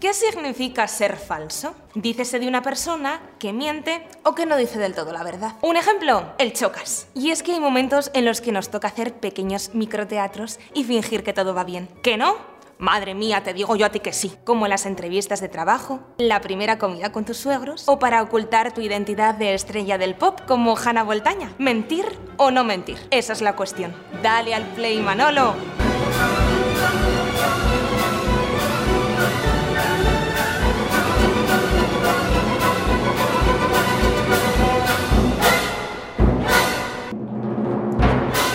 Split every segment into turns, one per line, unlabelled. ¿Qué significa ser falso? Dícese de una persona que miente o que no dice del todo la verdad. Un ejemplo, el chocas. Y es que hay momentos en los que nos toca hacer pequeños microteatros y fingir que todo va bien. ¿Que no? Madre mía, te digo yo a ti que sí. Como en las entrevistas de trabajo, la primera comida con tus suegros o para ocultar tu identidad de estrella del pop como Hannah Voltaña. ¿Mentir o no mentir? Esa es la cuestión. Dale al play, Manolo.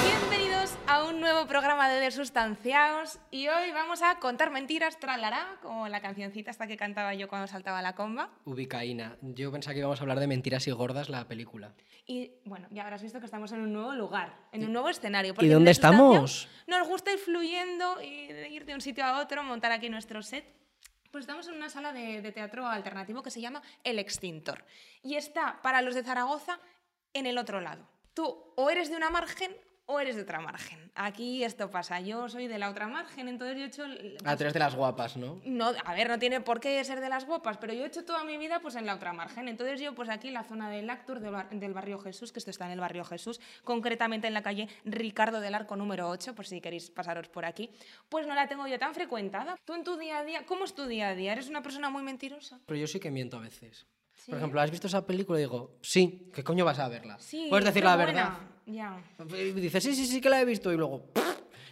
Bienvenidos a un nuevo programa de Desustanciados y hoy vamos a contar mentiras, tralará, como la cancioncita hasta que cantaba yo cuando saltaba la comba.
Ubicaína. Yo pensaba que íbamos a hablar de mentiras y gordas la película.
Y bueno, ya habrás visto que estamos en un nuevo lugar, en un nuevo escenario. porque
¿Y
en
dónde
Desustanciaos
estamos?
Nos gusta ir fluyendo y de ir de un sitio a otro, montar aquí nuestro set. Pues estamos en una sala de, de teatro alternativo que se llama El Extintor. Y está, para los de Zaragoza, en el otro lado. Tú o eres de una margen o eres de otra margen. Aquí esto pasa. Yo soy de la otra margen, entonces yo he hecho... el-
Ah, tú eres de las guapas, ¿no?
no, a ver, no tiene por qué ser de las guapas, pero yo he hecho toda mi vida pues en la otra margen. Entonces yo pues aquí en la zona del Actur del, bar- del barrio Jesús, que esto está en el barrio Jesús, concretamente en la calle Ricardo del Arco número 8, por si queréis pasaros por aquí, pues no la tengo yo tan frecuentada. Tú en tu día a día, ¿cómo es tu día a día? ¿Eres una persona muy mentirosa?
Pero yo sí que miento a veces.
Sí.
Por ejemplo, ¿has visto esa película? Y digo, sí, ¿qué coño vas a verla?
Sí.
Puedes decir
qué
la
buena.
verdad.
Ya.
Y dices, sí, sí, sí que la he visto. Y luego,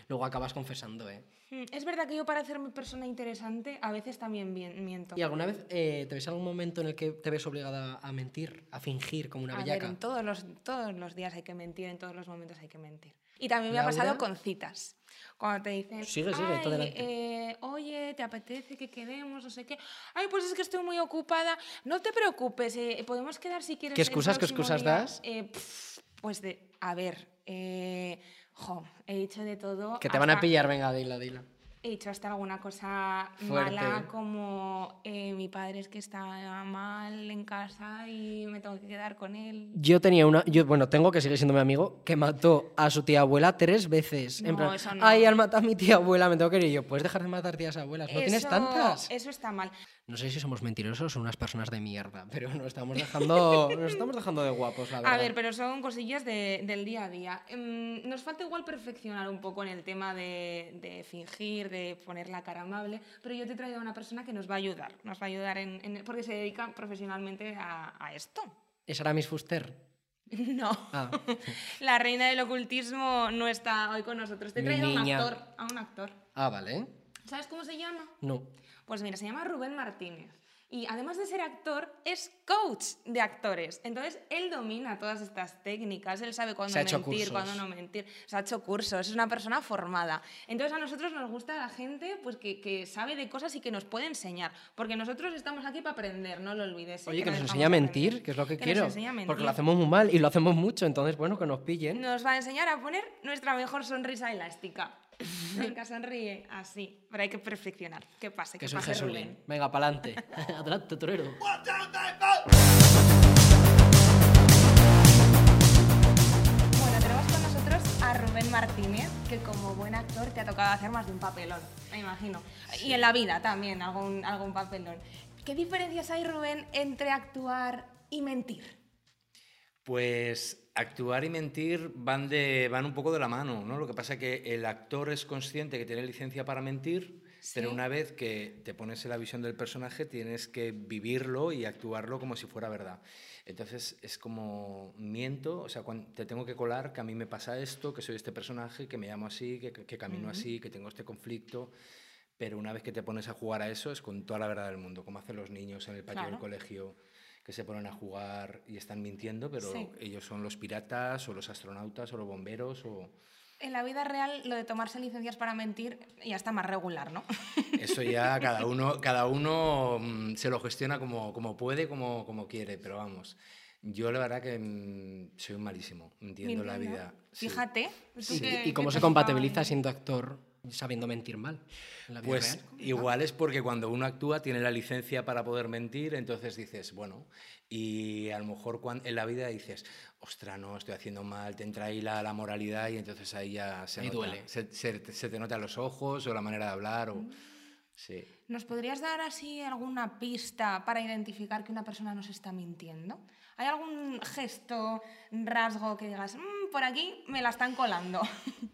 luego acabas confesando, ¿eh?
Mm, Es verdad que yo para hacerme persona interesante a veces también bien- miento.
¿Y alguna vez eh, te ves algún momento en el que te ves obligada a mentir, a fingir como una
A ver,
bellaca?
en todos los, todos los días hay que mentir, en todos los momentos hay que mentir. Y también me ha
Laura.
pasado con citas. Cuando te dicen,
Sigue, sigue, tú
"Ay,
adelante.
eh, oye, ¿te apetece que quedemos? No sé qué. Ay, pues es que estoy muy ocupada. No te preocupes, eh, podemos quedar si quieres.
¿Qué
el
excusas, qué
próximo
excusas
día".
das?
Eh, pf, pues de, a ver, eh, jo, he dicho de todo.
Que te van a
hasta-
pillar, venga, dila, dila.
He dicho hasta alguna cosa
Fuerte.
mala, como eh, mi padre es que está mal en casa y me tengo que quedar con él.
Yo tenía una, yo, bueno, tengo que sigue siendo mi amigo, que mató a su tía abuela tres veces. en
No,
plan,
eso no.
ay, han matado a mi tía abuela, me tengo que ir. Y yo, puedes dejar de matar tías abuelas, no tienes
Eso-
tantas.
Eso está mal.
No sé si somos mentirosos o unas personas de mierda, pero nos estamos dejando, nos estamos dejando de guapos, la verdad.
A ver, pero son cosillas de- del día a día. Em, nos falta igual perfeccionar un poco en el tema de, de fingir, de poner la cara amable, pero yo te he traído a una persona que nos va a ayudar. Nos va a ayudar en, en- porque se dedica profesionalmente a, a esto.
¿Esa era Miss Fuster?
No.
Ah,
La reina del ocultismo no está hoy con nosotros. Te he
Mi
traído a un
niña.
actor. A un actor.
ah, vale.
¿Sabes cómo se llama?
No.
Pues mira, se llama Rubén Martínez. Y además de ser actor, es coach de actores. Entonces, él domina todas estas técnicas, él sabe cuándo
Se ha hecho
mentir,
cursos.
cuándo no mentir. Se ha hecho cursos, es una persona formada. Entonces, a nosotros nos gusta la gente pues, que, que sabe de cosas y que nos puede enseñar. Porque nosotros estamos aquí para aprender, no lo olvides. ¿eh?
Oye, que nos
dejamos
enseña a mentir,
aprender.
que es lo que,
Que
quiero.
Nos enseña a mentir.
Porque lo hacemos muy mal y lo hacemos mucho, entonces, bueno, que nos pillen.
Nos va a enseñar a poner nuestra mejor sonrisa elástica. Venga, sonríe, así. Pero hay que perfeccionar. Que pase, que,
que soy
pase Rubén.
Jesulín. Venga, pa'lante. Adelante, torero.
Bueno, tenemos con nosotros a Rubén Martínez, que como buen actor te ha tocado hacer más de un papelón, me imagino. Y en la vida también, algún, algún papelón. ¿Qué diferencias hay, Rubén, entre actuar y mentir?
Pues actuar y mentir van, de, van un poco de la mano, ¿no? Lo que pasa es que el actor es consciente que tiene licencia para mentir, pero
Sí.
una vez que te pones en la visión del personaje tienes que vivirlo y actuarlo como si fuera verdad. Entonces es como miento, o sea, cuan- te tengo que colar que a mí me pasa esto, que soy este personaje, que me llamo así, que, que- que camino así, que tengo este conflicto. Pero una vez que te pones a jugar a eso es con toda la verdad del mundo, como hacen los niños en el patio
Claro.
del colegio que se ponen a jugar y están mintiendo, pero
Sí.
ellos son los piratas o los astronautas o los bomberos o
En la vida real, lo de tomarse licencias para mentir ya está más regular, ¿no?
eso ya cada uno cada uno mm, se lo gestiona como, como puede, como, como quiere, pero vamos. Yo la verdad que mm, soy un malísimo, entiendo la
Mintiendo.
vida. sí.
Fíjate. ¿tú
Sí,
qué-
¿Y
qué
cómo
te
se
has fijado
compatibiliza
en-
siendo actor sabiendo mentir mal? en la vida
Pues
real?
igual es porque cuando uno actúa tiene la licencia para poder mentir, entonces dices, bueno, y a lo mejor cuan- en la vida dices, ostra, no, estoy haciendo mal, te entra ahí la, la moralidad y entonces ahí ya se,
Ahí
nota,
duele.
Se, se- se te nota los ojos o la manera de hablar o Sí.
¿Nos podrías dar así alguna pista para identificar que una persona nos está mintiendo? ¿Hay algún gesto, rasgo que digas, "Mm, por aquí me la están colando?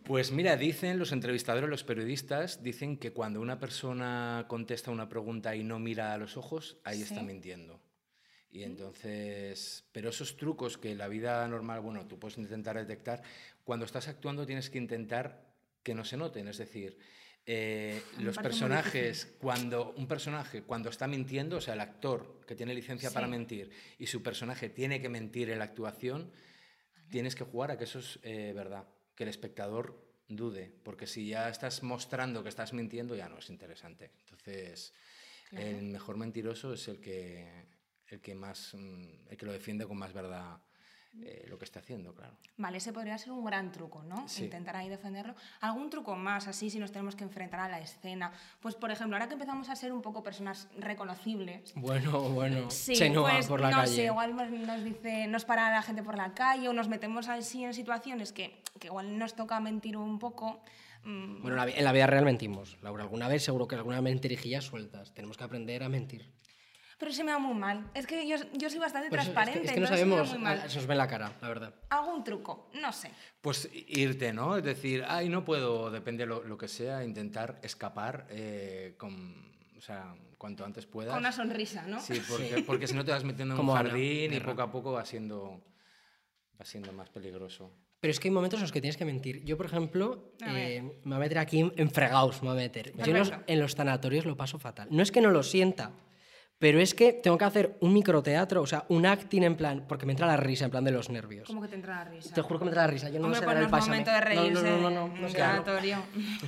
Pues mira, dicen los entrevistadores, los periodistas, dicen que cuando una persona contesta una pregunta y no mira a los ojos, ahí está
Sí. Mm.
mintiendo. Y entonces, pero esos trucos que en la vida normal, bueno, tú puedes intentar detectar, cuando estás actuando tienes que intentar que no se noten, es decir, eh,
Ah, Me
los
parece muy difícil.
personajes, cuando un personaje cuando está mintiendo, o sea, el actor que tiene licencia para
Sí.
mentir y su personaje tiene que mentir en la actuación, tienes que jugar a que eso es eh, verdad, que el espectador dude, porque si ya estás mostrando que estás mintiendo, ya no es interesante. Entonces, el mejor mentiroso es el que, el que más, mm, el que lo defiende con más verdad eh, lo que está haciendo, claro.
Vale, ese podría ser un gran truco, ¿no?
Sí.
Intentar ahí defenderlo. ¿Algún truco más, así, si nos tenemos que enfrentar a la escena? Pues, por ejemplo, ahora que empezamos a ser un poco personas reconocibles,
Bueno, bueno.
Sí,
Chenoa
pues,
por la
no
calle.
sé, igual nos- nos dice, nos para la gente por la calle o nos metemos así en situaciones que, que igual nos toca mentir un poco. Mm,
Bueno, en la vi- en la vida real mentimos, Laura. Alguna vez seguro que alguna mentirijilla sueltas. Tenemos que aprender a mentir.
Pero se me da muy mal. Es que yo, yo soy bastante
Por eso, Pues es que-
transparente,
Es que, no
entonces se me da muy
sabemos, a-
mal.
se nos ve en la cara, la verdad.
Hago un truco, no sé.
Pues i- irte, ¿no? Es decir, ay, no puedo, depende lo, lo que sea, intentar escapar eh, con, o sea, cuanto antes puedas.
Con una sonrisa, ¿no?
Sí, porque, porque si no te vas metiendo en un
Como Ana,
jardín y
Guerra.
poco a poco va siendo, va siendo más peligroso.
Pero es que hay momentos en los que tienes que mentir. Yo, por ejemplo,
A ver.
eh, me voy a meter aquí en fregados, me voy a meter. Yo en los,
Perfecto.
en los tanatorios lo paso fatal. No es que no lo sienta, pero es que tengo que hacer un microteatro, o sea, un acting en plan, porque me entra la risa en plan de los nervios.
Como que te entra la risa.
Te juro que me entra la risa, yo Este no
Hombre,
sé
pues
dar
no
el
es
pásame.
momento de reírse
No, no, no, no, no,
en
no
un
sé darlo.
oratorio.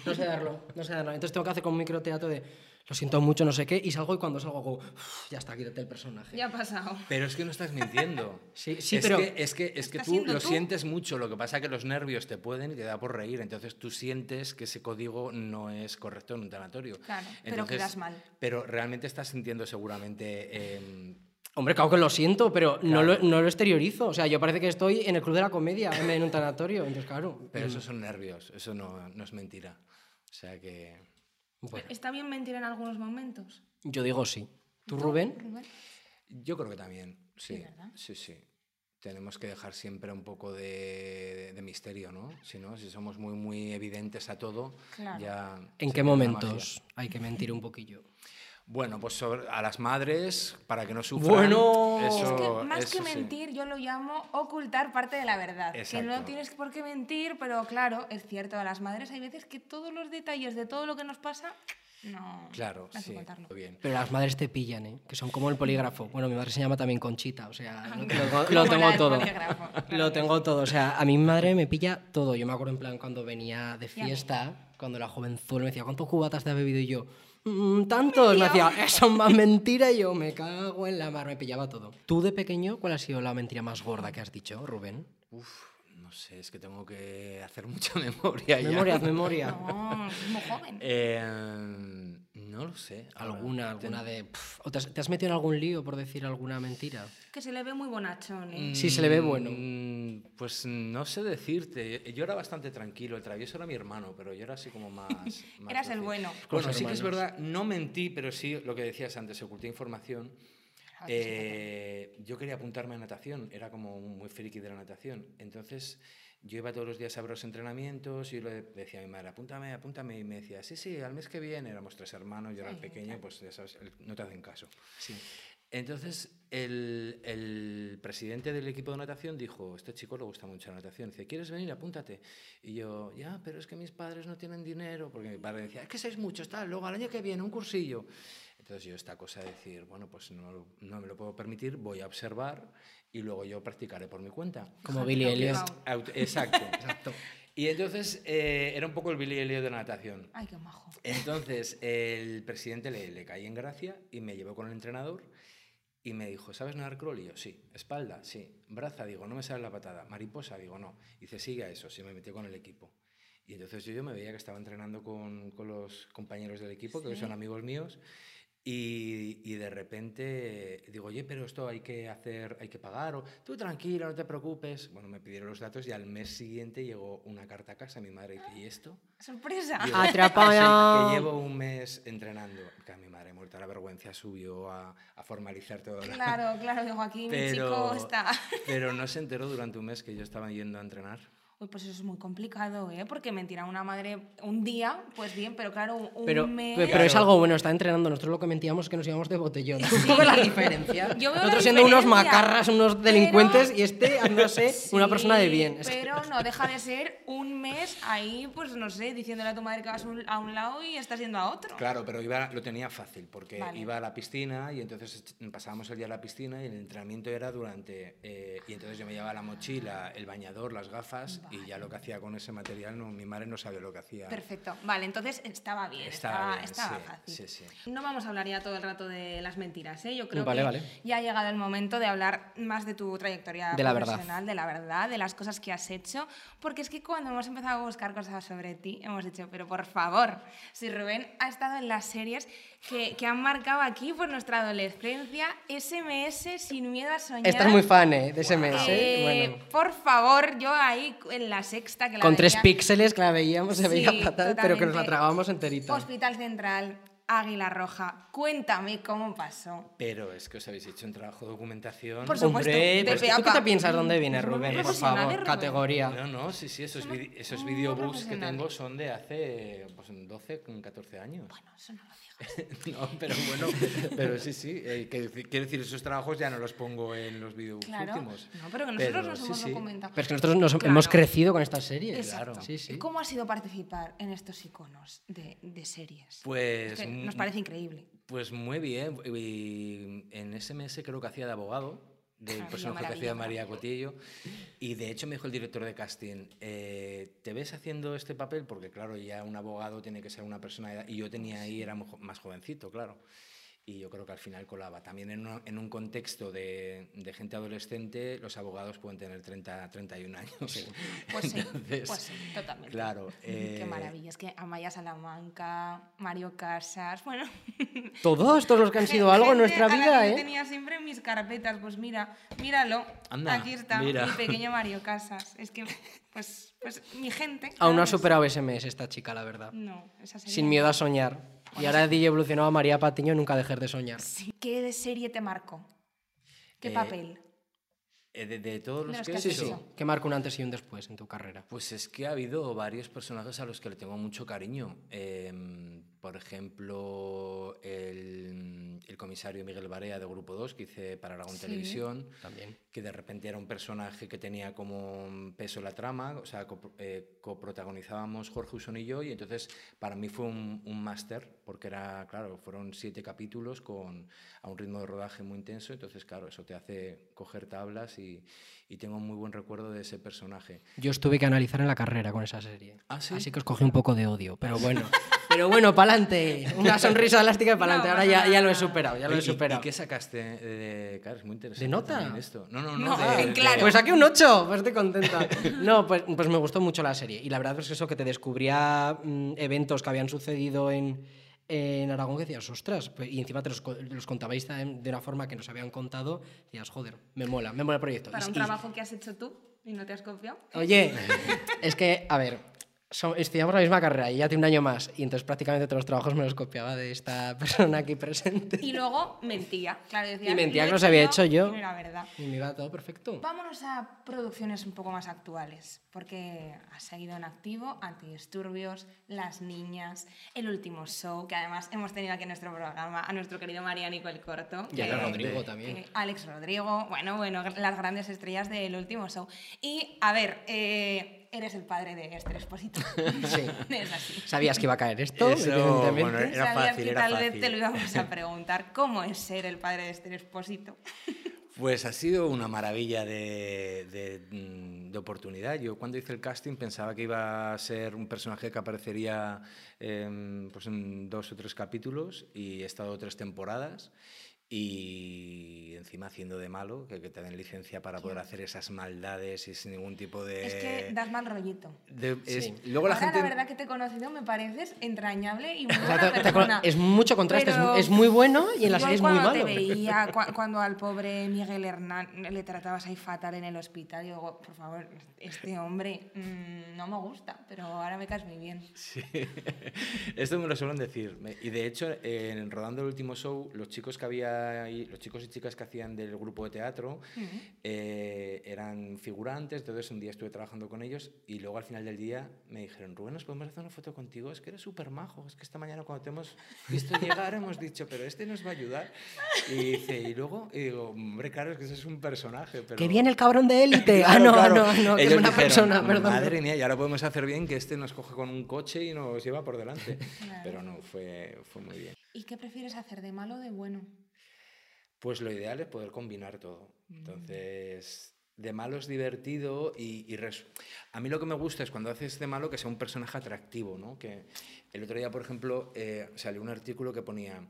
No sé darlo, no sé darlo. Entonces tengo que hacer como un microteatro de lo siento mucho, no sé qué, y salgo y cuando salgo hago, "Uf, ya está, quítate el personaje.
Ya ha pasado.
Pero es que no estás mintiendo.
Sí, sí,
es
pero-
Que, es que, es que
Estás
tú
siendo
lo
tú.
sientes mucho, lo que pasa es que los nervios te pueden y te da por reír. Entonces tú sientes que ese código no es correcto en un tanatorio.
Claro, pero
Entonces-
quedas mal.
Pero realmente estás sintiendo seguramente. em,
Hombre, claro que lo siento, pero no, lo,
Claro.
no lo exteriorizo. O sea, yo parece que estoy en el club de la comedia, en vez de en un tanatorio. Entonces, claro.
pero
Mm.
esos son nervios, eso no, no es mentira. O sea que.
Bueno,
¿Está bien mentir en algunos momentos?
yo digo sí. ¿Tú, Rubén?
Rubén?
Yo creo que también, sí.
¿verdad?
Sí, sí. Tenemos que dejar siempre un poco de, de- de misterio, ¿no? Si no, si somos muy, muy evidentes a todo,
Claro.
ya.
¿En
se
qué
pierde la magia.
momentos hay que mentir un poquillo?
Bueno, pues sobre- a las madres, para que no sufran.
Bueno.
eso-
Es
Es que más
eso
que
sí.
mentir, yo lo llamo ocultar parte de la verdad. Que no
Exacto.
tienes por qué mentir, pero claro, es cierto, a las madres hay veces que todos los detalles de todo lo que nos pasa, no.
Claro,
no hay que
sí.
contarlo.
Bien.
Pero las madres te pillan, ¿eh? Que son como el polígrafo. Bueno, mi madre se llama también Conchita, o sea, lo, lo- lo
Como la
tengo
del
todo.
polígrafo.
Lo tengo todo. O sea, a mi madre me pilla todo. Yo me acuerdo en plan cuando venía de
mí.
fiesta, cuando era jovenzuela, me decía, ¿cuántos cubatas te has bebido? Y yo, "Mm, tantos. Me decía, eso es más mentira. Y yo, me cago en la mar. Me pillaba todo. ¿Tú de pequeño cuál ha sido la mentira más gorda que has dicho, Rubén?
Uf, no sé, es que tengo que hacer mucha memoria ya.
Memoria, memoria.
No, es muy joven.
Eh, no lo sé. ahora.
Alguna, alguna de... pf, ¿o te, has, te has metido en algún lío por decir alguna mentira?
Que se le ve muy bonachón, ¿eh?
Sí, se le ve bueno.
Mm, Pues no sé decirte. Yo era bastante tranquilo. El travieso era mi hermano, pero yo era así como más. más
Eras el
dócil.
bueno.
Los
Bueno, sí que es
hermanos.
verdad. No mentí, pero sí lo que decías antes, oculté información.
A ver, Ah, sí,
Eh, yo quería apuntarme a natación, era como muy friki de la natación. Entonces yo iba todos los días a ver los entrenamientos y yo le decía a mi madre, apúntame, apúntame. Y me decía, sí, sí, al mes que viene. Éramos tres hermanos, yo era el
Sí,
pequeño,
claro.
pues ya sabes, el- no te hacen caso.
Sí.
Entonces, el, el presidente del equipo de natación dijo, este chico le gusta mucho la natación, dice, ¿quieres venir? Apúntate. Y yo, ya, pero es que mis padres no tienen dinero, porque mi padre decía, es que sois muchos, tal, luego al año que viene un cursillo. Entonces yo esta cosa de decir, bueno, pues no, lo- no me lo puedo permitir, voy a observar y luego yo practicaré por mi cuenta.
Como Billy
Aunque
Elliot.
es-
Aut- Exacto.
Exacto.
Y entonces eh, era un poco el Billy Elliot de la natación.
Ay, qué majo.
Entonces, el presidente le, le caí en gracia y me llevó con el entrenador y me dijo, ¿sabes nadar crawl? Y yo, sí. Espalda, sí. Braza, digo, no me sale la patada. Mariposa, digo, no. Y dice, sigue a eso. Se me metió con el equipo. Y entonces yo, yo me veía que estaba entrenando con, con los compañeros del equipo, que
Sí.
son amigos míos, Y, y de repente digo, oye, pero esto hay que hacer, hay que pagar, o tú tranquila, no te preocupes. Bueno, me pidieron los datos y al mes siguiente llegó una carta a casa, mi madre dice, ¿y esto?
¡Sorpresa!
Digo,
Atrapado.
"Sí, Que llevo un mes entrenando. Que a mi madre muerta la vergüenza subió a, a formalizar todo. lo-
Claro, claro, digo, aquí mi
Pero,
chico está...
pero no se enteró durante un mes que yo estaba yendo a entrenar.
Uy, pues eso es muy complicado, ¿eh? Porque mentir a una madre un día, pues bien, pero claro, un
Pero,
mes...
pe- pero es algo bueno, está entrenando. Nosotros lo que mentíamos es que nos íbamos de botellón.
Sí.
¿Tú ves la diferencia?
Yo veo la
Nosotros siendo unos
diferencia,
macarras, unos
pero-
delincuentes y este haciéndose
Sí,
una persona de bien. Es que-
Pero no deja de ser un mes ahí, pues no sé, diciéndole a tu madre que vas un- a un lado y estás yendo a otro.
Claro, pero iba, lo tenía fácil porque
Vale.
iba a la piscina y entonces ech- pasábamos el día a la piscina y el entrenamiento era durante... eh, y entonces yo me llevaba la mochila, el bañador, las gafas y ya lo que hacía con ese material, no, mi madre no sabía lo que hacía.
Perfecto. Vale, entonces estaba bien, estaba,
Estaba bien,
estaba
sí,
fácil.
sí, sí.
No vamos a hablar ya todo el rato de las mentiras, ¿eh? Yo creo
Vale,
que
vale.
ya ha llegado el momento de hablar más de tu trayectoria
De la verdad.
profesional, de la verdad, de las cosas que has hecho, porque es que cuando hemos empezado a buscar cosas sobre ti, hemos dicho, pero por favor, si Rubén ha estado en las series que, que han marcado aquí por nuestra adolescencia, SMS sin miedo a soñar.
Estás muy fan, ¿eh? De ese mes, ¿eh?
Eh,
Bueno.
Por favor, yo ahí en la sexta que la
Con tres
veía-
píxeles que la veíamos, se
Sí,
veía fatal, pero que nos la
totalmente.
tragábamos enterita.
Hospital Central, Águila Roja, cuéntame cómo pasó.
Pero es que os habéis hecho un trabajo de documentación.
Por supuesto.
Hombre,
de
pues, ¿tú qué
peapa.
te piensas dónde viene
Es muy
Rubén? Por
profesional, ¿eh,
favor,
Rubén?
categoría.
No, no, sí, sí, esos, vide- esos
muy
videobooks que
profesional.
tengo son de hace pues, 12, 14 años.
Bueno, eso no lo digas.
No, pero bueno, pero sí, sí. eh, que deci- quiero decir, esos trabajos ya no los pongo en los videobooks
Claro.
últimos.
No, pero que nosotros nos
sí,
hemos
sí.
documentado.
Pero es que nosotros nos
Claro.
hemos crecido con esta serie.
Exacto.
Sí, sí.
¿Cómo ha sido participar en estos iconos de, de series?
Pues,
Es que
mm,
nos parece increíble.
pues muy bien. y en SMS creo que hacía de abogado, del
María
personaje que hacía
Ah, Maravilla.
María Cotillo. Y de hecho me dijo el director de casting, eh, ¿te ves haciendo este papel? Porque claro, ya un abogado tiene que ser una persona de edad. Y yo tenía ahí, era mo- más jovencito, claro. Y yo creo que al final colaba. También en, una- en un contexto de, de gente adolescente, los abogados pueden tener 30, 31 años.
Pues sí,
Entonces,
pues sí, totalmente.
Claro.
Qué
eh,
maravilla, es que Amaya Salamanca, Mario Casas, bueno.
Todos, todos los que han sido algo en
gente
nuestra
a la
vida,
que yo
¿eh?
tenía siempre en mis carpetas, pues mira, míralo.
Anda,
aquí está
mira.
mi pequeño Mario Casas. Es que, pues, pues mi gente.
Aún
claro
no ha
que sí.
superado SMS esta chica, la verdad.
No, esa serie.
Sin miedo a soñar. Y ahora DJ evolucionó a María Patiño, nunca dejar de soñar.
Sí. ¿Qué serie te marcó? ¿Qué
Eh,
papel?
eh, de, de todos
De
los
los
que
que
he
has
Sí,
hecho.
sí. Que marca un antes y un después en tu carrera.
Pues es que ha habido varios personajes a los que le tengo mucho cariño. Em, por ejemplo, el, el comisario Miguel Barea de Grupo 2, que hice para Aragón
Sí.
Televisión,
También.
que de repente era un personaje que tenía como un peso la trama, o sea, copro- eh, coprotagonizábamos Jorge Usón y yo, y entonces para mí fue un, un máster, porque era, claro, fueron siete capítulos con, a un ritmo de rodaje muy intenso, entonces, claro, eso te hace coger tablas y, y tengo un muy buen recuerdo de ese personaje.
Yo os tuve que analizar en la carrera con esa serie.
¿Ah, sí?
Así que os cogí un poco de odio, pero bueno. pero bueno, pa'lante. Una sonrisa elástica y pa'lante.
No,
Ahora
pasa
ya, ya lo he
nada.
superado, ya lo
Oye,
he
¿y-
superado.
¿Y qué sacaste Eh, de, claro, es muy interesante.
¿De nota?
también Esto. No, no,
No,
no. de-
en claro.
Pues aquí un 8, pues estoy contenta. No, pues, pues me gustó mucho la serie. Y la verdad es que eso que te descubría mm, eventos que habían sucedido en, en Aragón que decías, ostras, pues, y encima te los, co- los contabais ta- de una forma que nos habían contado, decías, joder, me mola, me mola el proyecto.
Para
Y-
un
y-
trabajo que has hecho tú y no te has confiado.
Oye, es que, a ver, so- estudiamos la misma carrera y ya tiene un año más, y entonces prácticamente todos los trabajos me los copiaba de esta persona aquí presente.
Y luego mentía. Claro, decía,
Y mentía
"Lo
que
he
los había hecho yo".
y no era verdad.
Y me iba todo perfecto.
Vámonos a producciones un poco más actuales, porque has seguido en activo Antidisturbios, Las Niñas, El Último Show, que además hemos tenido aquí en nuestro programa a nuestro querido Marianico el Corto.
Y a
que-
Rodrigo
grande.
también.
que Alex Rodrigo, bueno, bueno, las grandes estrellas del último show. Y, a ver, eh, eres el padre de Esther Esposito.
Sí.
es así.
Sabías que iba a caer esto,
Eso,
evidentemente.
bueno, Era
Sabías
fácil,
que
era
tal vez
fácil.
te lo íbamos a preguntar, ¿cómo es ser el padre de Esther Esposito?
Pues ha sido una maravilla de, de, mm, de oportunidad. Yo cuando hice el casting pensaba que iba a ser un personaje que aparecería em, pues en dos o tres capítulos y he estado tres temporadas y encima haciendo de malo, que, que te den licencia para poder hacer esas maldades y sin ningún tipo de...
Es que das mal rollito.
de- es-
Sí.
Luego la
Pues Ahora,
gente...
la verdad que te he conocido, me pareces entrañable y muy
O sea,
buena
te- te acuer-
persona.
es mucho contraste, es
Pero
mu- es, muy bueno y en la
yo
serie es muy
cuando
malo.
te veía, cua- cuando al pobre Miguel Hernán le tratabas ahí fatal en el hospital, yo digo, por favor, este hombre mm, no me gusta, pero ahora me caes muy bien.
Sí. Esto me lo suelen decir. Me- Y de hecho, en rodando el último show, los chicos que había ahí, los chicos y chicas que hacían del grupo de teatro, eh, eran figurantes. Entonces, un día estuve trabajando con ellos y luego al final del día me dijeron, Rubén, ¿nos podemos hacer una foto contigo? Es que eres súper majo. Es que esta mañana cuando te hemos visto llegar hemos dicho, pero este nos va a ayudar. Y dice, y luego, y digo, hombre, claro, es que ese es un personaje. Pero...
Que viene el cabrón de élite. ah,
Claro,
no,
claro.
ah, no, no, que es
Ellos
una
dijeron,
persona, perdón.
Madre mía, y ahora podemos hacer bien que este nos coge con un coche y nos lleva por delante. Pero no, fue, fue muy bien.
¿Y qué prefieres hacer, de malo o de bueno?
Pues lo ideal es poder combinar todo. Entonces, de malo es divertido y, y res- a mí lo que me gusta es cuando haces de malo que sea un personaje atractivo, ¿no? Que el otro día, por ejemplo, eh, salió un artículo que ponía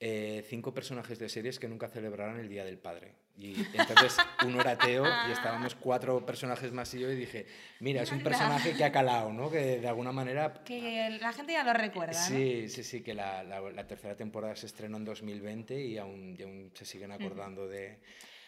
eh, cinco personajes de series que nunca celebrarán el Día del Padre. Y entonces uno era ateo y estábamos cuatro personajes más y yo y dije, mira, es un personaje que ha calado, ¿no? Que de alguna manera
Que la gente ya lo recuerda, ¿no?
Sí, sí, sí, que la, la- la tercera temporada se estrenó en 2020 y aún, y aún se siguen acordando de...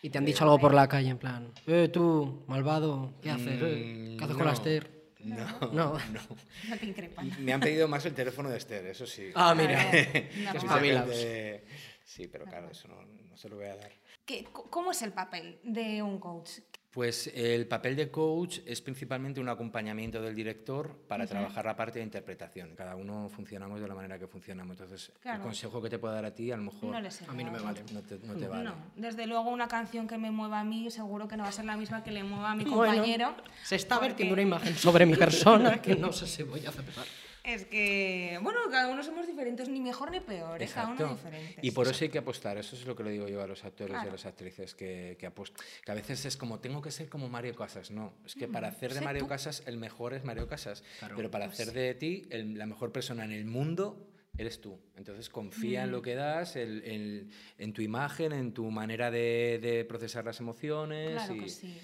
Y te han dicho algo por la calle, en plan, eh, tú, malvado, ¿qué haces? eh?
Mm,
¿Qué haces con la
no.
Esther?
No.
No.
No te increpan.
Me han pedido más el teléfono de Esther, eso sí.
Ah, mira.
A ver, no.
Que soy
espabilados.
gente- Sí, pero claro, eso no, no se lo voy a dar.
¿Qué- cu- ¿Cómo es el papel de un coach?
Pues el papel de coach es principalmente un acompañamiento del director para trabajar la parte de interpretación. Cada uno funcionamos de la manera que funcionamos. Entonces, el
Claro.
consejo que te pueda dar a ti, a lo mejor
No le sé.
A mí no me vale.
no te, no te vale.
No, desde luego una canción que me mueva a mí seguro que no va a ser la misma que le mueva a mi
Bueno,
compañero.
se está
porque
vertiendo una imagen sobre mi persona que no sé si voy a aceptar.
Es que, bueno, cada uno somos diferentes, ni mejor ni peor, ¿eh? cada uno
Exacto.
diferente.
Y por eso hay que apostar, eso es lo que le digo yo a los actores y
Claro.
a las actrices, que, que, apost- que a veces es como, tengo que ser como Mario Casas, no, es que para hacer de
sé
Mario
tú. Pues
Casas el mejor es Mario Casas,
Claro.
pero para hacer de ti el- la mejor persona en el mundo eres tú. Entonces confía
Mm.
en lo que das, el- el- en tu imagen, en tu manera de, de procesar las emociones.
Claro
y,
que sí.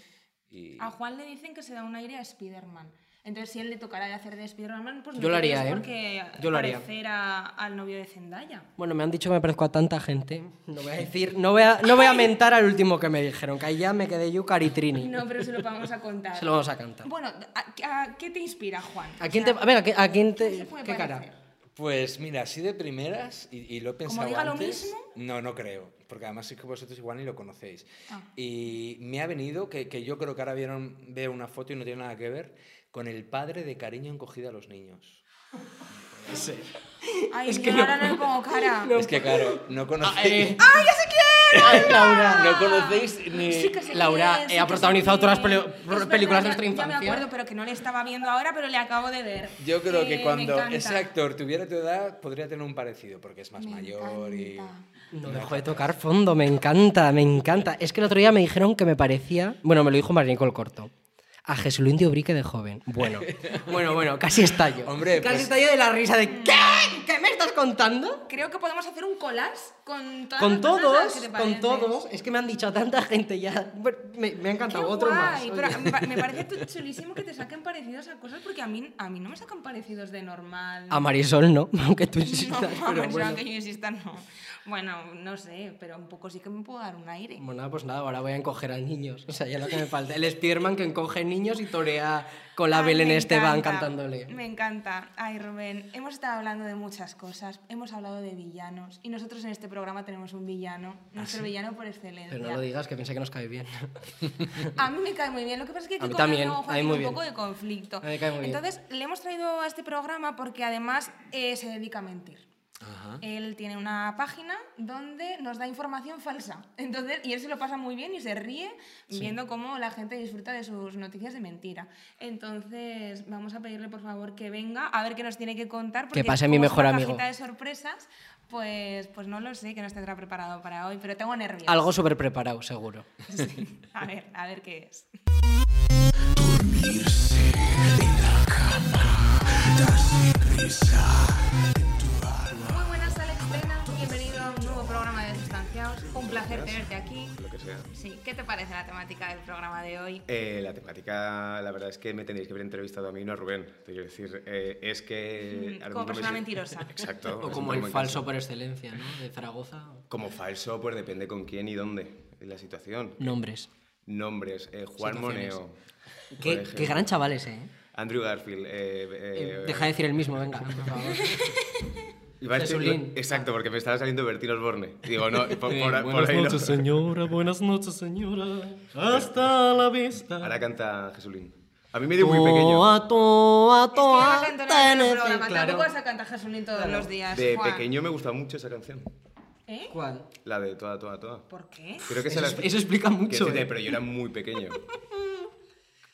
y-
A Juan le dicen que se da un aire a Spider-Man. Entonces, si él le tocará de hacer de Spider-Man, pues no
Yo lo haría,
tienes
¿eh?
por qué
Yo lo haría.
parecer a- al novio de Zendaya.
Bueno, me han dicho que me parezco a tanta gente. No voy a decir, no voy a, no voy a mentar al último que me dijeron, que ahí ya me quedé yo caritrini.
No, pero se lo vamos a contar.
Se lo vamos a cantar.
Bueno, ¿a, a qué te inspira Juan?
¿A quién te, a ver, ¿a qué, a quién te,
se puede
qué
parecer?
cara?
Pues mira, así de primeras, y, y lo he pensado
diga lo
antes,
mismo?
No, no creo, porque además es que vosotros igual ni lo conocéis.
Ah.
Y me ha venido, que, que yo creo que ahora vieron, veo una foto y no tiene nada que ver, con el padre de cariño encogida a los niños.
Ay, yo ahora no le pongo cara.
Es que claro, no
Ah,
conocéis...
eh. Ay, Laura.
No conocéis ni...
Sí que sé
Laura,
quién es,
eh,
sí que
ha
sé
protagonizado
quién
todas
es.
las peli-
Es
pro-
verdad,
películas de
ya-
nuestra
Ya me
infancia.
acuerdo, pero que no le estaba viendo ahora, pero le acabo de ver.
Yo creo
Eh,
que
me
cuando
encanta.
ese actor tuviera tu edad, podría tener un parecido, porque es más
Me
mayor
encanta.
y...
No dejo de tocar fondo, me encanta, me encanta. Es que el otro día me dijeron que me parecía, bueno, me lo dijo María Nicole Corto, a Jesulín de Ubrique de joven. Bueno, bueno, bueno, casi estallo.
Hombre,
casi
pues-
estallo de la risa de ¿qué? ¿Qué me estás contando?
Creo que podemos hacer un collage con todas
Con
las personas a las
todos,
que te
con
pareces.
todos. Es que me han dicho a tanta gente ya. Bueno, Me, me ha
Qué
encantado otro más.
guay,
oye.
pero me pa- me parece tu- chulísimo que te saquen parecidos a cosas porque a mí, a mí no me sacan parecidos de normal.
A Marisol no, aunque tú
no,
insistas,
a
pero
persona
bueno.
que yo insista, no. Bueno, no sé, pero un poco sí que me puedo dar un aire.
Bueno, nada, pues nada, ahora voy a encoger a niños. O sea, ya lo que me falta. El Spiderman que encoge niños y torea con la
Ay, Ah,
Belén
me
Esteban
encanta,
cantándole.
Me encanta. Ay, Rubén, hemos estado hablando de muchas cosas. Hemos hablado de villanos. Y nosotros en este programa tenemos un villano. Nuestro villano por excelencia.
Ah, Pero no lo digas, que piensa que nos cae bien.
A mí me cae muy bien. Lo que pasa es que
A mí
Kiko
también,
Blanco,
a
Juan,
mí
tiene
muy
un poco
bien.
de conflicto.
A mí me cae muy bien.
Entonces, le hemos traído a este programa porque además eh, se dedica a mentir. Él tiene una página donde nos da información falsa. Entonces, y él se lo pasa muy bien y se ríe viendo cómo la gente disfruta de sus noticias de mentira. Entonces, vamos a pedirle por favor que venga a ver qué nos tiene que contar. Porque
pase mi
como es
mejor
una
amigo.
cajita de sorpresas, pues, pues no lo sé, que nos tendrá preparado para hoy, pero tengo nervios.
Algo súper preparado, seguro.
Sí. A ver, a ver qué es. Muy buenas, Alex Lena. Bienvenido a un nuevo programa de Sustanciados. Un
Muchas
placer
gracias.
tenerte aquí.
Lo que sea.
Sí, ¿qué te parece la temática del programa de hoy?
Eh, la temática, la verdad es que me tenéis que haber entrevistado a mí, no a Rubén. Te quiero decir, eh, es que.
Mm,
ahora
como
mismo me
persona
si-
mentirosa.
Exacto. me
O
siento
como el
muy
falso
cansado.
por excelencia, ¿no? De Zaragoza.
Como falso, pues depende con quién y dónde. y La situación.
Nombres.
Nombres. eh, Juan
Situaciones.
Moneo.
Qué,
por
qué gran chaval ese, ¿eh?
Andrew Garfield. eh, eh,
Eh, Deja de decir el mismo, venga, por favor.
iba a decir-
Jesulín.
exacto, porque me estaba saliendo Bertín Osborne. Digo, no, por, por- por ahí no.
señora. Buenas noches, señora. Hasta la vista.
Ahora canta Jesulín. A mí me dio muy pequeño.
Es
Toa, toa,
que
toa,
iba a cantar en el
tenete.
programa,
Claro.
tampoco vas a cantar Jesulín todos los días.
De
Juan.
pequeño me gusta mucho esa canción.
¿Eh?
¿Cuál?
La de toda, toda, toda.
¿Por qué?
Creo que
Eso,
esa
es-
la-
eso explica
Que
mucho.
sí,
¿eh?
pero yo era muy pequeño.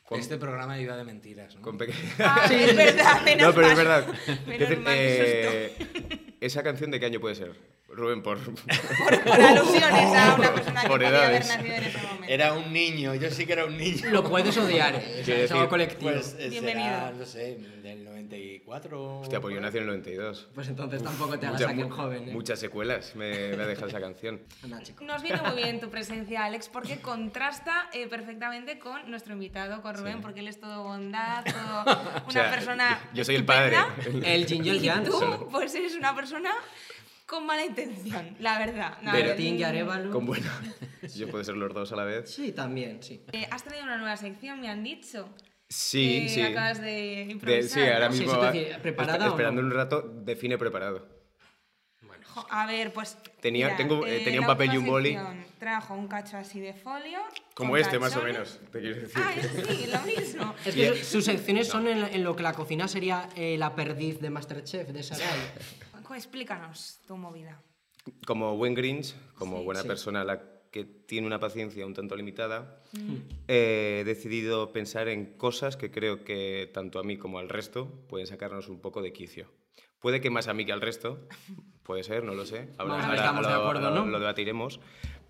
Con,
Este programa iba de mentiras, ¿no?
con peque-
Ah, es verdad, menos
no, pero es
mal.
verdad.
Menos
Dice,
mal, qué
eh, ¿Esa canción de qué año puede ser? Rubén, por...
Por, por alusiones a una persona que
Por
podía haber
edades.
nacido en ese momento.
Era un niño, yo sí que era un niño.
Lo puedes odiar, ¿eh? Es
Quiero
algo
decir,
colectivo.
Pues
Pues,
eh,
Bienvenido.
será, no sé, del 94.
Hostia, pues yo
por
nací en el 92.
pues entonces tampoco te hagas
Muchas-
aquí un
mu-
joven, ¿eh?
Muchas secuelas me, me ha dejado esa canción.
Anda, chico.
Nos viene muy bien tu presencia, Alex, porque contrasta eh, perfectamente con nuestro invitado, con Rubén, porque él es todo bondad, todo una
O sea,
persona.
Yo soy el padre.
estupenda,
El Jin y el Yang.
Y tú, pues eres una persona con mala intención, la verdad. No, a
Pero-
ver,
Bertín y Arevalo.
Con buena. Yo puedo ser los dos a la vez.
Sí, también, sí.
eh, has traído una nueva sección, me han dicho.
Sí,
que
sí.
Acabas de
De-
improvisar.
sí, ahora
¿no?
Sí,
mismo.
eso te
va-
decía, ¿preparada o no?
esperando un rato, define preparado.
Jo, A ver, pues.
Tenía- tengo- eh, tenía un
la
papel y un
última
boli.
sección Trajo un cacho así de folio.
Como
con
este, más o
tachones.
menos. Te quiero decir.
Ah, es, sí, lo mismo.
Es que
Bien.
su- sus secciones son en, en lo que la cocina sería eh, la perdiz de Masterchef, de Sarai.
Juanjo, Explícanos tu movida.
como buen Grinch, como
Sí.
buena
Sí.
persona a la que tiene una paciencia un tanto limitada,
Mm.
eh, he decidido pensar en cosas que creo que tanto a mí como al resto pueden sacarnos un poco de quicio. Puede que más a mí que al resto, puede ser, no lo sé.
Vamos a ver, estamos de acuerdo,
lo-
¿no?
lo debatiremos.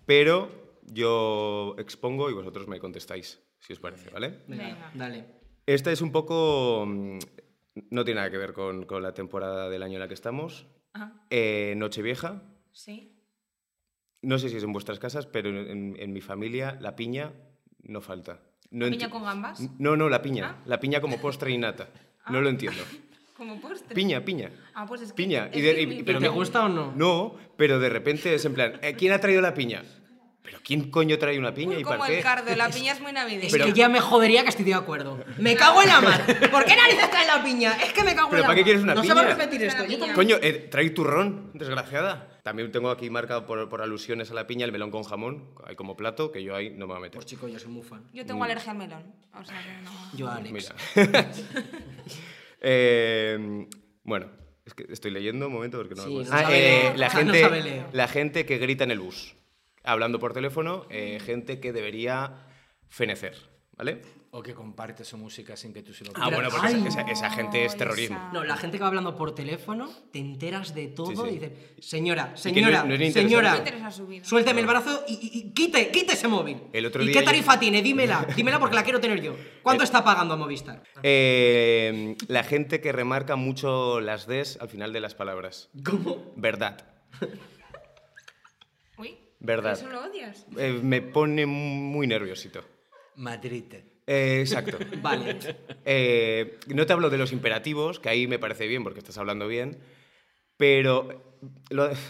Pero yo expongo y vosotros me contestáis, si os parece, ¿vale?
Venga.
Dale.
Esta es un poco... mm, No tiene nada que ver con, con la temporada del año en la que estamos.
Ah,
Eh, Nochevieja,
sí.
No sé si es en vuestras casas, pero en, en- en mi familia la piña no falta. No
¿Piña
enti-
con gambas?
No, no, la piña.
Ah.
La piña como postre y nata. No lo entiendo.
Como postre.
Piña, piña.
Ah, pues es que-
Piña.
es
Y de-
que
y-
mi-
¿Pero
pero
te
me-
gusta o no?
No, pero de repente es en plan, "Eh, ¿quién ha traído la piña? ¿Pero quién coño trae una piña
Uy,
y
como
para qué?
el cardo, la piña es muy navideña.
Es
Pero-
que ya me jodería que estoy de acuerdo. Me cago en la mar. ¿Por qué narices cae la piña? Es que me cago en
¿Pero
la
para
mar.
qué quieres una
no se va
piña?
a repetir esto.
Una
Yo
piña.
también.
Coño, eh, trae turrón, desgraciada. También tengo aquí marcado por, por alusiones a la piña el melón con jamón, hay como plato, que yo ahí no me voy a meter.
Pues chico, yo soy muy fan.
Yo tengo alergia al melón. O sea que no.
Yo, Alex.
Mm. Mira. Eh, bueno, es que estoy leyendo un momento porque no
Sí,
me acuerdo. Ah,
no sabe leer. Ah,
eh, la,
No
gente,
sabe leer.
la gente que grita en el bus, hablando por teléfono, eh, gente que debería fenecer, ¿vale?
O que comparte su música sin que tú se lo
Ah,
pidas.
bueno, porque
Ay.
esa, esa- esa gente es terrorismo.
Esa.
No, la gente que va hablando por teléfono, te enteras de todo
sí.
y dices, señora,
Y que no-
señora,
no es ni
No
interesante.
me
señora,
interesa su vida.
suélteme el brazo y, y- y quite, quite ese móvil.
El otro
¿Y
día
qué
yo-
tarifa tiene? Dímela, dímela porque la quiero tener yo. ¿Cuánto está pagando a Movistar?
Eh, la gente que remarca mucho las Ds al final de las palabras.
¿Cómo?
Verdad.
Uy.
Verdad.
¿Eso lo odias?
Eh, me pone muy nerviosito.
Madrid.
Eh, exacto.
Vale.
Eh, no te hablo de los imperativos, que ahí me parece bien porque estás hablando bien, pero... lo-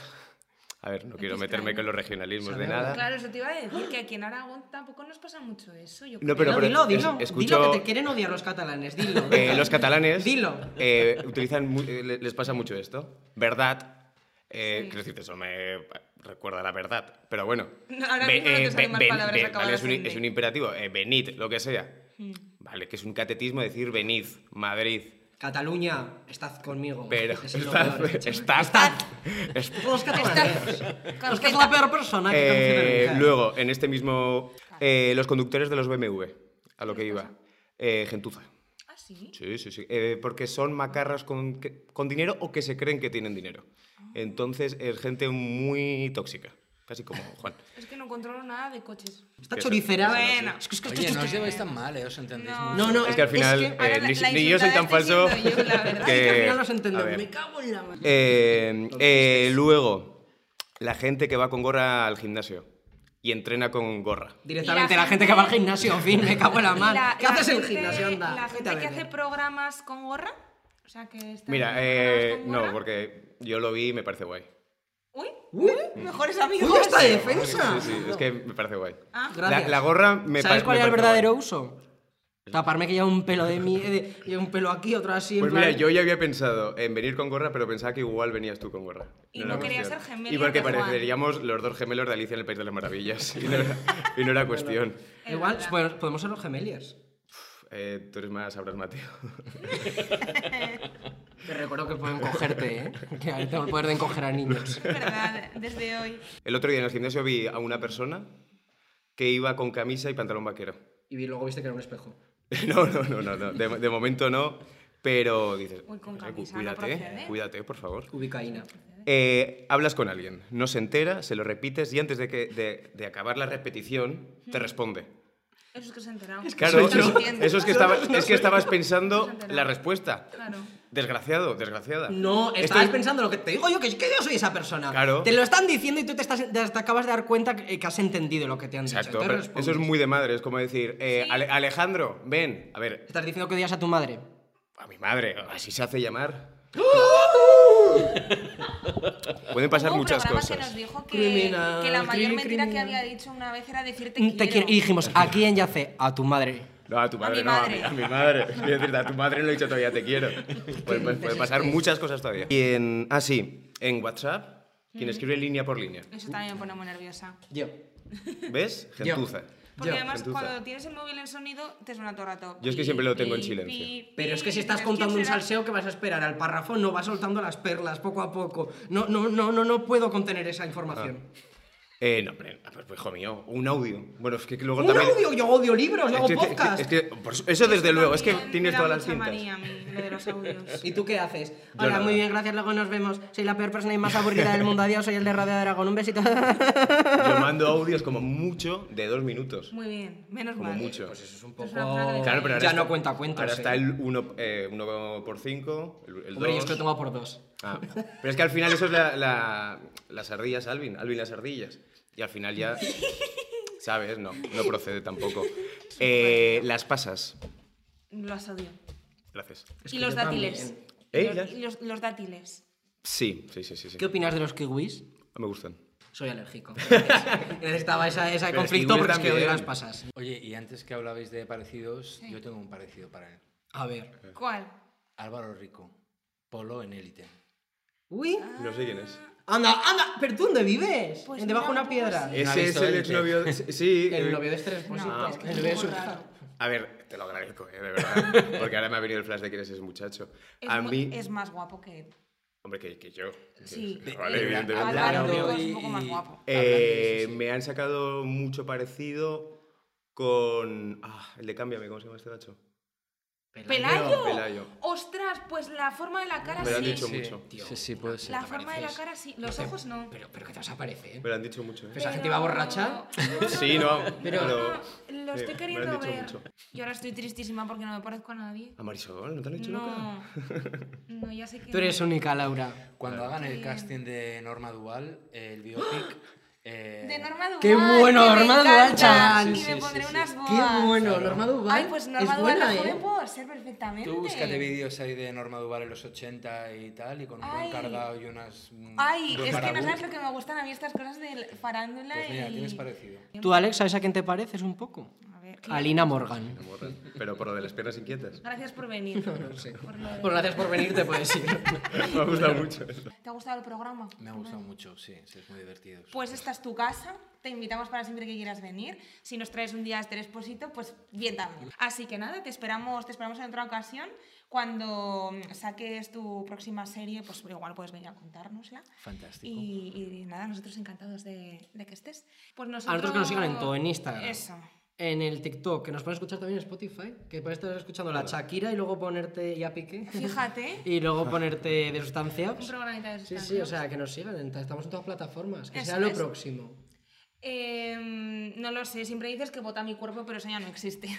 A ver, no quiero meterme con los regionalismos de nada.
Claro, eso te iba a decir, que aquí en Aragón tampoco nos pasa mucho eso. Yo
No,
creo.
pero-
dilo,
es-
dilo.
escucho-
Dilo que te quieren odiar los catalanes, dilo.
Eh, los catalanes
Dilo.
eh, utilizan mu- eh, le- les pasa mucho esto. Verdad. Eh, Quiero decirte, eso me recuerda a la verdad. Pero bueno. eh,
No, ahora mismo no te salen más palabras acabadas
vale, es, un,
en de.
es
Hmm.
un imperativo. eh, venid, lo que sea. Vale, que es un catetismo decir venid, Madrid.
Cataluña, estad conmigo.
Pero
Es lo
estás,
peor, chaval.
estás,
¿eh?
estás-
Los catalanes.
Claro,
Los que es
está-
la peor
Ah,
persona que
Eh,
he conocido en mi vida.
luego, en este mismo. eh, los conductores de los BMW, a lo que iba. Eh, gentuza.
Ah, sí.
Sí, sí, sí. Eh, porque son macarras con, que- con dinero o que se creen que tienen dinero.
Ah.
Entonces es gente muy tóxica. Casi como Juan.
Es que no controlo nada de coches.
Está
Eso,
choricera.
eso no
Bueno.
Es que- es que-
Oye, no os lleváis tan mal, ¿eh? Os entendéis
No.
mucho.
No, no,
Es que al
es
final
que-
ahora
eh,
la-
ni,
la
ni yo soy
insultada
tan
estoy
falso.
siendo yo, la verdad.
es que al final
a
los entendemos.
ver.
Me cago en la madre.
Eh, eh, luego, La gente que va con gorra al gimnasio y entrena con gorra.
Directamente
Y
la,
la
gente
gente-
que va al gimnasio, en fin, me cago en la
Y
mano.
la-
¿Qué
la
haces en el
gente-
gimnasio? Anda.
La
vete a
gente que
beber.
hace programas con gorra. O sea, que está
Mira,
haciendo
eh,
programas Ah, con gorra.
no, porque yo lo vi y me parece guay.
Uy,
Uy.
mejores
¡Uy,
amigos.
esta defensa!
Sí, sí, es que me parece guay.
Ah.
La,
Gracias.
la gorra me
¿Sabes
pa-
cuál
me
era el
parece
verdadero
guay.
uso? Taparme que lleva un pelo de mí, de- lleva un pelo aquí, otro así. en
Pues mira,
plan-
yo ya había pensado en venir con gorra, pero pensaba que igual venías tú con gorra.
Y
era
no quería
cuestión.
ser gemelo
Y porque
de Juan.
pareceríamos los dos gemelos de Alicia en el País de las Maravillas. Y no era, y no era cuestión.
Es
Igual
verdad.
pues, podemos ser los gemeliers.
Eh, tú eres más, sabrás, Mateo.
Te recuerdo que pueden cogerte, ¿eh? Que ahora tengo el poder de encoger a niños.
verdad, desde hoy.
El otro día en el gimnasio vi a una persona que iba con camisa y pantalón vaquero.
Y vi- luego viste que era un espejo.
No, no, no, no, no. De, de momento no, pero dices,
Uy, con
"Oye, cu-
camisa no
cuídate,
procede".
cuídate, por favor.
Ubicaína.
Eh, hablas con alguien, no se entera, se lo repites y antes de, que, de, de acabar la repetición te responde.
Eso es que se ha enterado.
Claro,
Eso
eso,
no entiendo.
eso es, que estaba- es que estabas pensando
enterado.
la respuesta.
Claro.
Desgraciado, desgraciada.
No,
Estoy-
estabas pensando lo que te digo yo, que, es que yo soy esa persona.
Claro.
Te lo están diciendo y tú te, estás- te- te acabas de dar cuenta que, que has entendido lo que te han dicho.
Exacto,
Entonces
pero
respondes.
eso es muy de madre, es como decir, eh,
Sí.
"Ale- Alejandro, ven, a ver,
Estás diciendo que odias a tu madre.
A mi madre, así se hace llamar. Pueden pasar
Hubo un
muchas
¡Uh! programa que nos
cosas.
dijo que,
Criminal,
que la mayor
cri-
mentira que
criminal.
había dicho una vez era decirte
Mm, Te
quiero.
quiero- Y dijimos, ¿a quién yace? A tu madre.
No, a tu
A
madre,
mi
no, a
madre.
mi, a mi madre. Quiero decirte, a tu madre no he dicho todavía te quiero. Puede, puede- puede pasar muchas cosas todavía. Y en, ah, sí, en WhatsApp,
Mm.
quien escribe línea por línea.
Eso también me pone muy nerviosa.
Yo.
¿Ves?
Yo.
Gentuza.
Porque
Yo,
además
gentuza.
ah.
cuando tienes el móvil en sonido te suena todo el rato.
Yo es que
Pi,
siempre lo tengo en
pi,
silencio.
pi,
Pero es que si
pi,
estás
pero es
contando un
será-
salseo que vas a esperar al párrafo, no va soltando las perlas poco a poco. No, no, no, no, no puedo contener esa información.
Eh, no, hombre, ah, pues, pues, hijo mío, un audio. Bueno, es que luego
Un
también...
audio, yo odio libros, yo
Es que-
hago
es que-
podcast.
es que- por su- eso desde luego, es que
También
tienes
me da
todas las
mucha
cintas.
manía a mí, lo de los audios.
¿Y tú qué haces?
Yo
Hola,
nada.
muy bien, gracias, luego nos vemos. Soy la peor persona y más aburrida del mundo. Adiós, soy el de Radio de Aragón. Un besito.
Yo mando audios como mucho de dos minutos.
Muy bien, menos
Como
mal.
mucho.
Pues eso es un
poco- Claro,
pero ahora
ya
está-
no cuenta cuentos.
Ahora
eh.
está el 1 por 5, el, el
Hombre, yo es que lo
dos.
tengo por dos.
Ah, pero es que al final eso es la, la- las ardillas, Alvin. Alvin las ardillas. Y al final ya... ¿Sabes? No, no procede tampoco. Eh, las pasas.
Los audio.
Gracias.
Es
Y
que
los
yo
dátiles.
también.
¿Eh?
Y los-
¿Las?
y los- Los dátiles.
Sí, sí, sí, sí. sí.
¿Qué opinas de los kiwis?
Me gustan.
Soy alérgico. Gracias. Necesitaba esa- ese
Pero
conflicto
kiwis
porque es que odio
también.
las pasas.
Oye, y antes que hablabais de parecidos, yo tengo un parecido para él.
A
Ah.
ver.
¿Cuál?
Álvaro Rico, polo en élite.
Uy.
No sé quién es.
Anda, anda. ¿Pero tú dónde vives?
Pues
Debajo de
mira,
una piedra.
pues- No ha
Ese es
visto
el
élite.
exnovio... de- Sí.
El
eh,
novio de este
No, es que
el
es
novio de
muy
su-
raro.
A ver, te lo agradezco, eh, de verdad. Porque ahora me ha venido el flash de quién es ese muchacho.
Es,
A
mu-
mí...
es más guapo que.
Hombre, que, que yo.
Sí.
Vale,
Eh,
evidentemente.
Álvaro
Hablando y-
Rico es un poco más
y-
guapo.
Eh,
Hablando, sí, sí.
Me han sacado mucho parecido con. Ah, el de Cámbiame, ¿cómo se llama este gacho?
¿Pelayo?
Pelayo.
Ostras, pues la forma de la cara
Me lo han
sí.
dicho mucho.
Sí, sí, puede ser.
La forma de la cara sí. Los ojos no.
Pero, pero que te vas a parecer.
Me lo han dicho mucho. ¿eh?
Pero esa gente va borracha.
Pero-
Sí, no,
Pero-
pero.
Lo
sí,
estoy
me
queriendo
lo han dicho
ver.
mucho.
Yo ahora estoy tristísima porque no me parezco a nadie.
¿A Marisol? ¿No te lo han dicho
No.
nunca?
No, ya sé que.
Tú eres
no.
única, Laura.
Cuando hagan el casting de Norma Dual, el biopic... eh,
De Norma Duval.
Qué bueno,
que me
Norma Duval,
encanta,
chaval.
Y
Sí,
me
sí,
pondré
sí, sí.
unas boas.
Qué bueno, Norma Duval.
Ay, pues Norma
es
Duval,
buena,
la joven
¿eh?
puedo ser perfectamente.
Tú búscate vídeos ahí de Norma Duval en los 80 y tal, y con un
Ay.
buen cargado y unas... mm,
Ay,
buen
es que no
parabús.
sabes lo que me gustan a mí estas cosas de farándula
Pues mira,
y...
tienes parecido.
Tú, Alex, ¿sabes a quién te pareces un poco?
A ver,
A Lina Morgan.
Me borran. Pero por lo de las piernas inquietas.
Gracias por venir. Por lo de-
Pues gracias por venir, te puedes ir.
Me ha gustado mucho. eso.
¿Te ha gustado el programa?
Me ha gustado mucho, sí, sí, es muy divertido.
Pues esta es tu casa, te invitamos para siempre que quieras venir. Si nos traes un día este Esposito, pues bien también. Así que nada, te esperamos, te esperamos en otra ocasión. Cuando mm, saques tu próxima serie, pues igual puedes venir a contárnosla.
Fantástico.
Y, y nada, nosotros encantados de, de que estés. Pues nosotros...
A nosotros que nos sigan en todo, en Instagram.
Eso.
En el TikTok, que nos pueden escuchar también en Spotify, que puedes estar escuchando la Shakira y luego ponerte ya pique.
Fíjate,
Y luego ponerte de
un
sustancias.
programita de
Sí, sí,
sustancias.
o sea, que nos sigan. en- Estamos en todas plataformas. Que
Eso
sea lo
es.
próximo.
Em, no lo sé, siempre dices que vota mi cuerpo, pero eso ya no existe.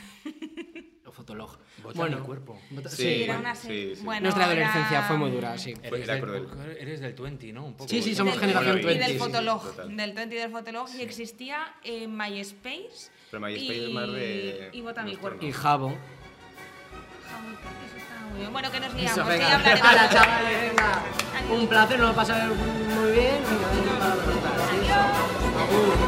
Lo foto Botolog.
Bota mi cuerpo.
Bota-
Sí,
sí.
Sí, era
bueno,
una
sí,
serie-
sí.
bueno,
Nuestra
era-
adolescencia fue muy dura, sí.
Fue-
Eres
era
del,
cruel.
eres del 20, ¿no? Un poco.
Sí, sí, somos
del
generación
20 Y
20, sí,
del Fotolog,
sí, total.
del 20 y del Fotolog, y existía eh, MySpace.
Pero MySpace
y,
es más de
Y Bota mi
nuestro,
cuerpo.
Y Jabo.
Jamón, eso está muy bien. Bueno, que nos
Eso,
liamos, que
venga.
ya hablaremos.
Hala, chavales, venga. Un placer, nos lo pasar muy bien. Un placer para preguntar.
Adiós.
Agur.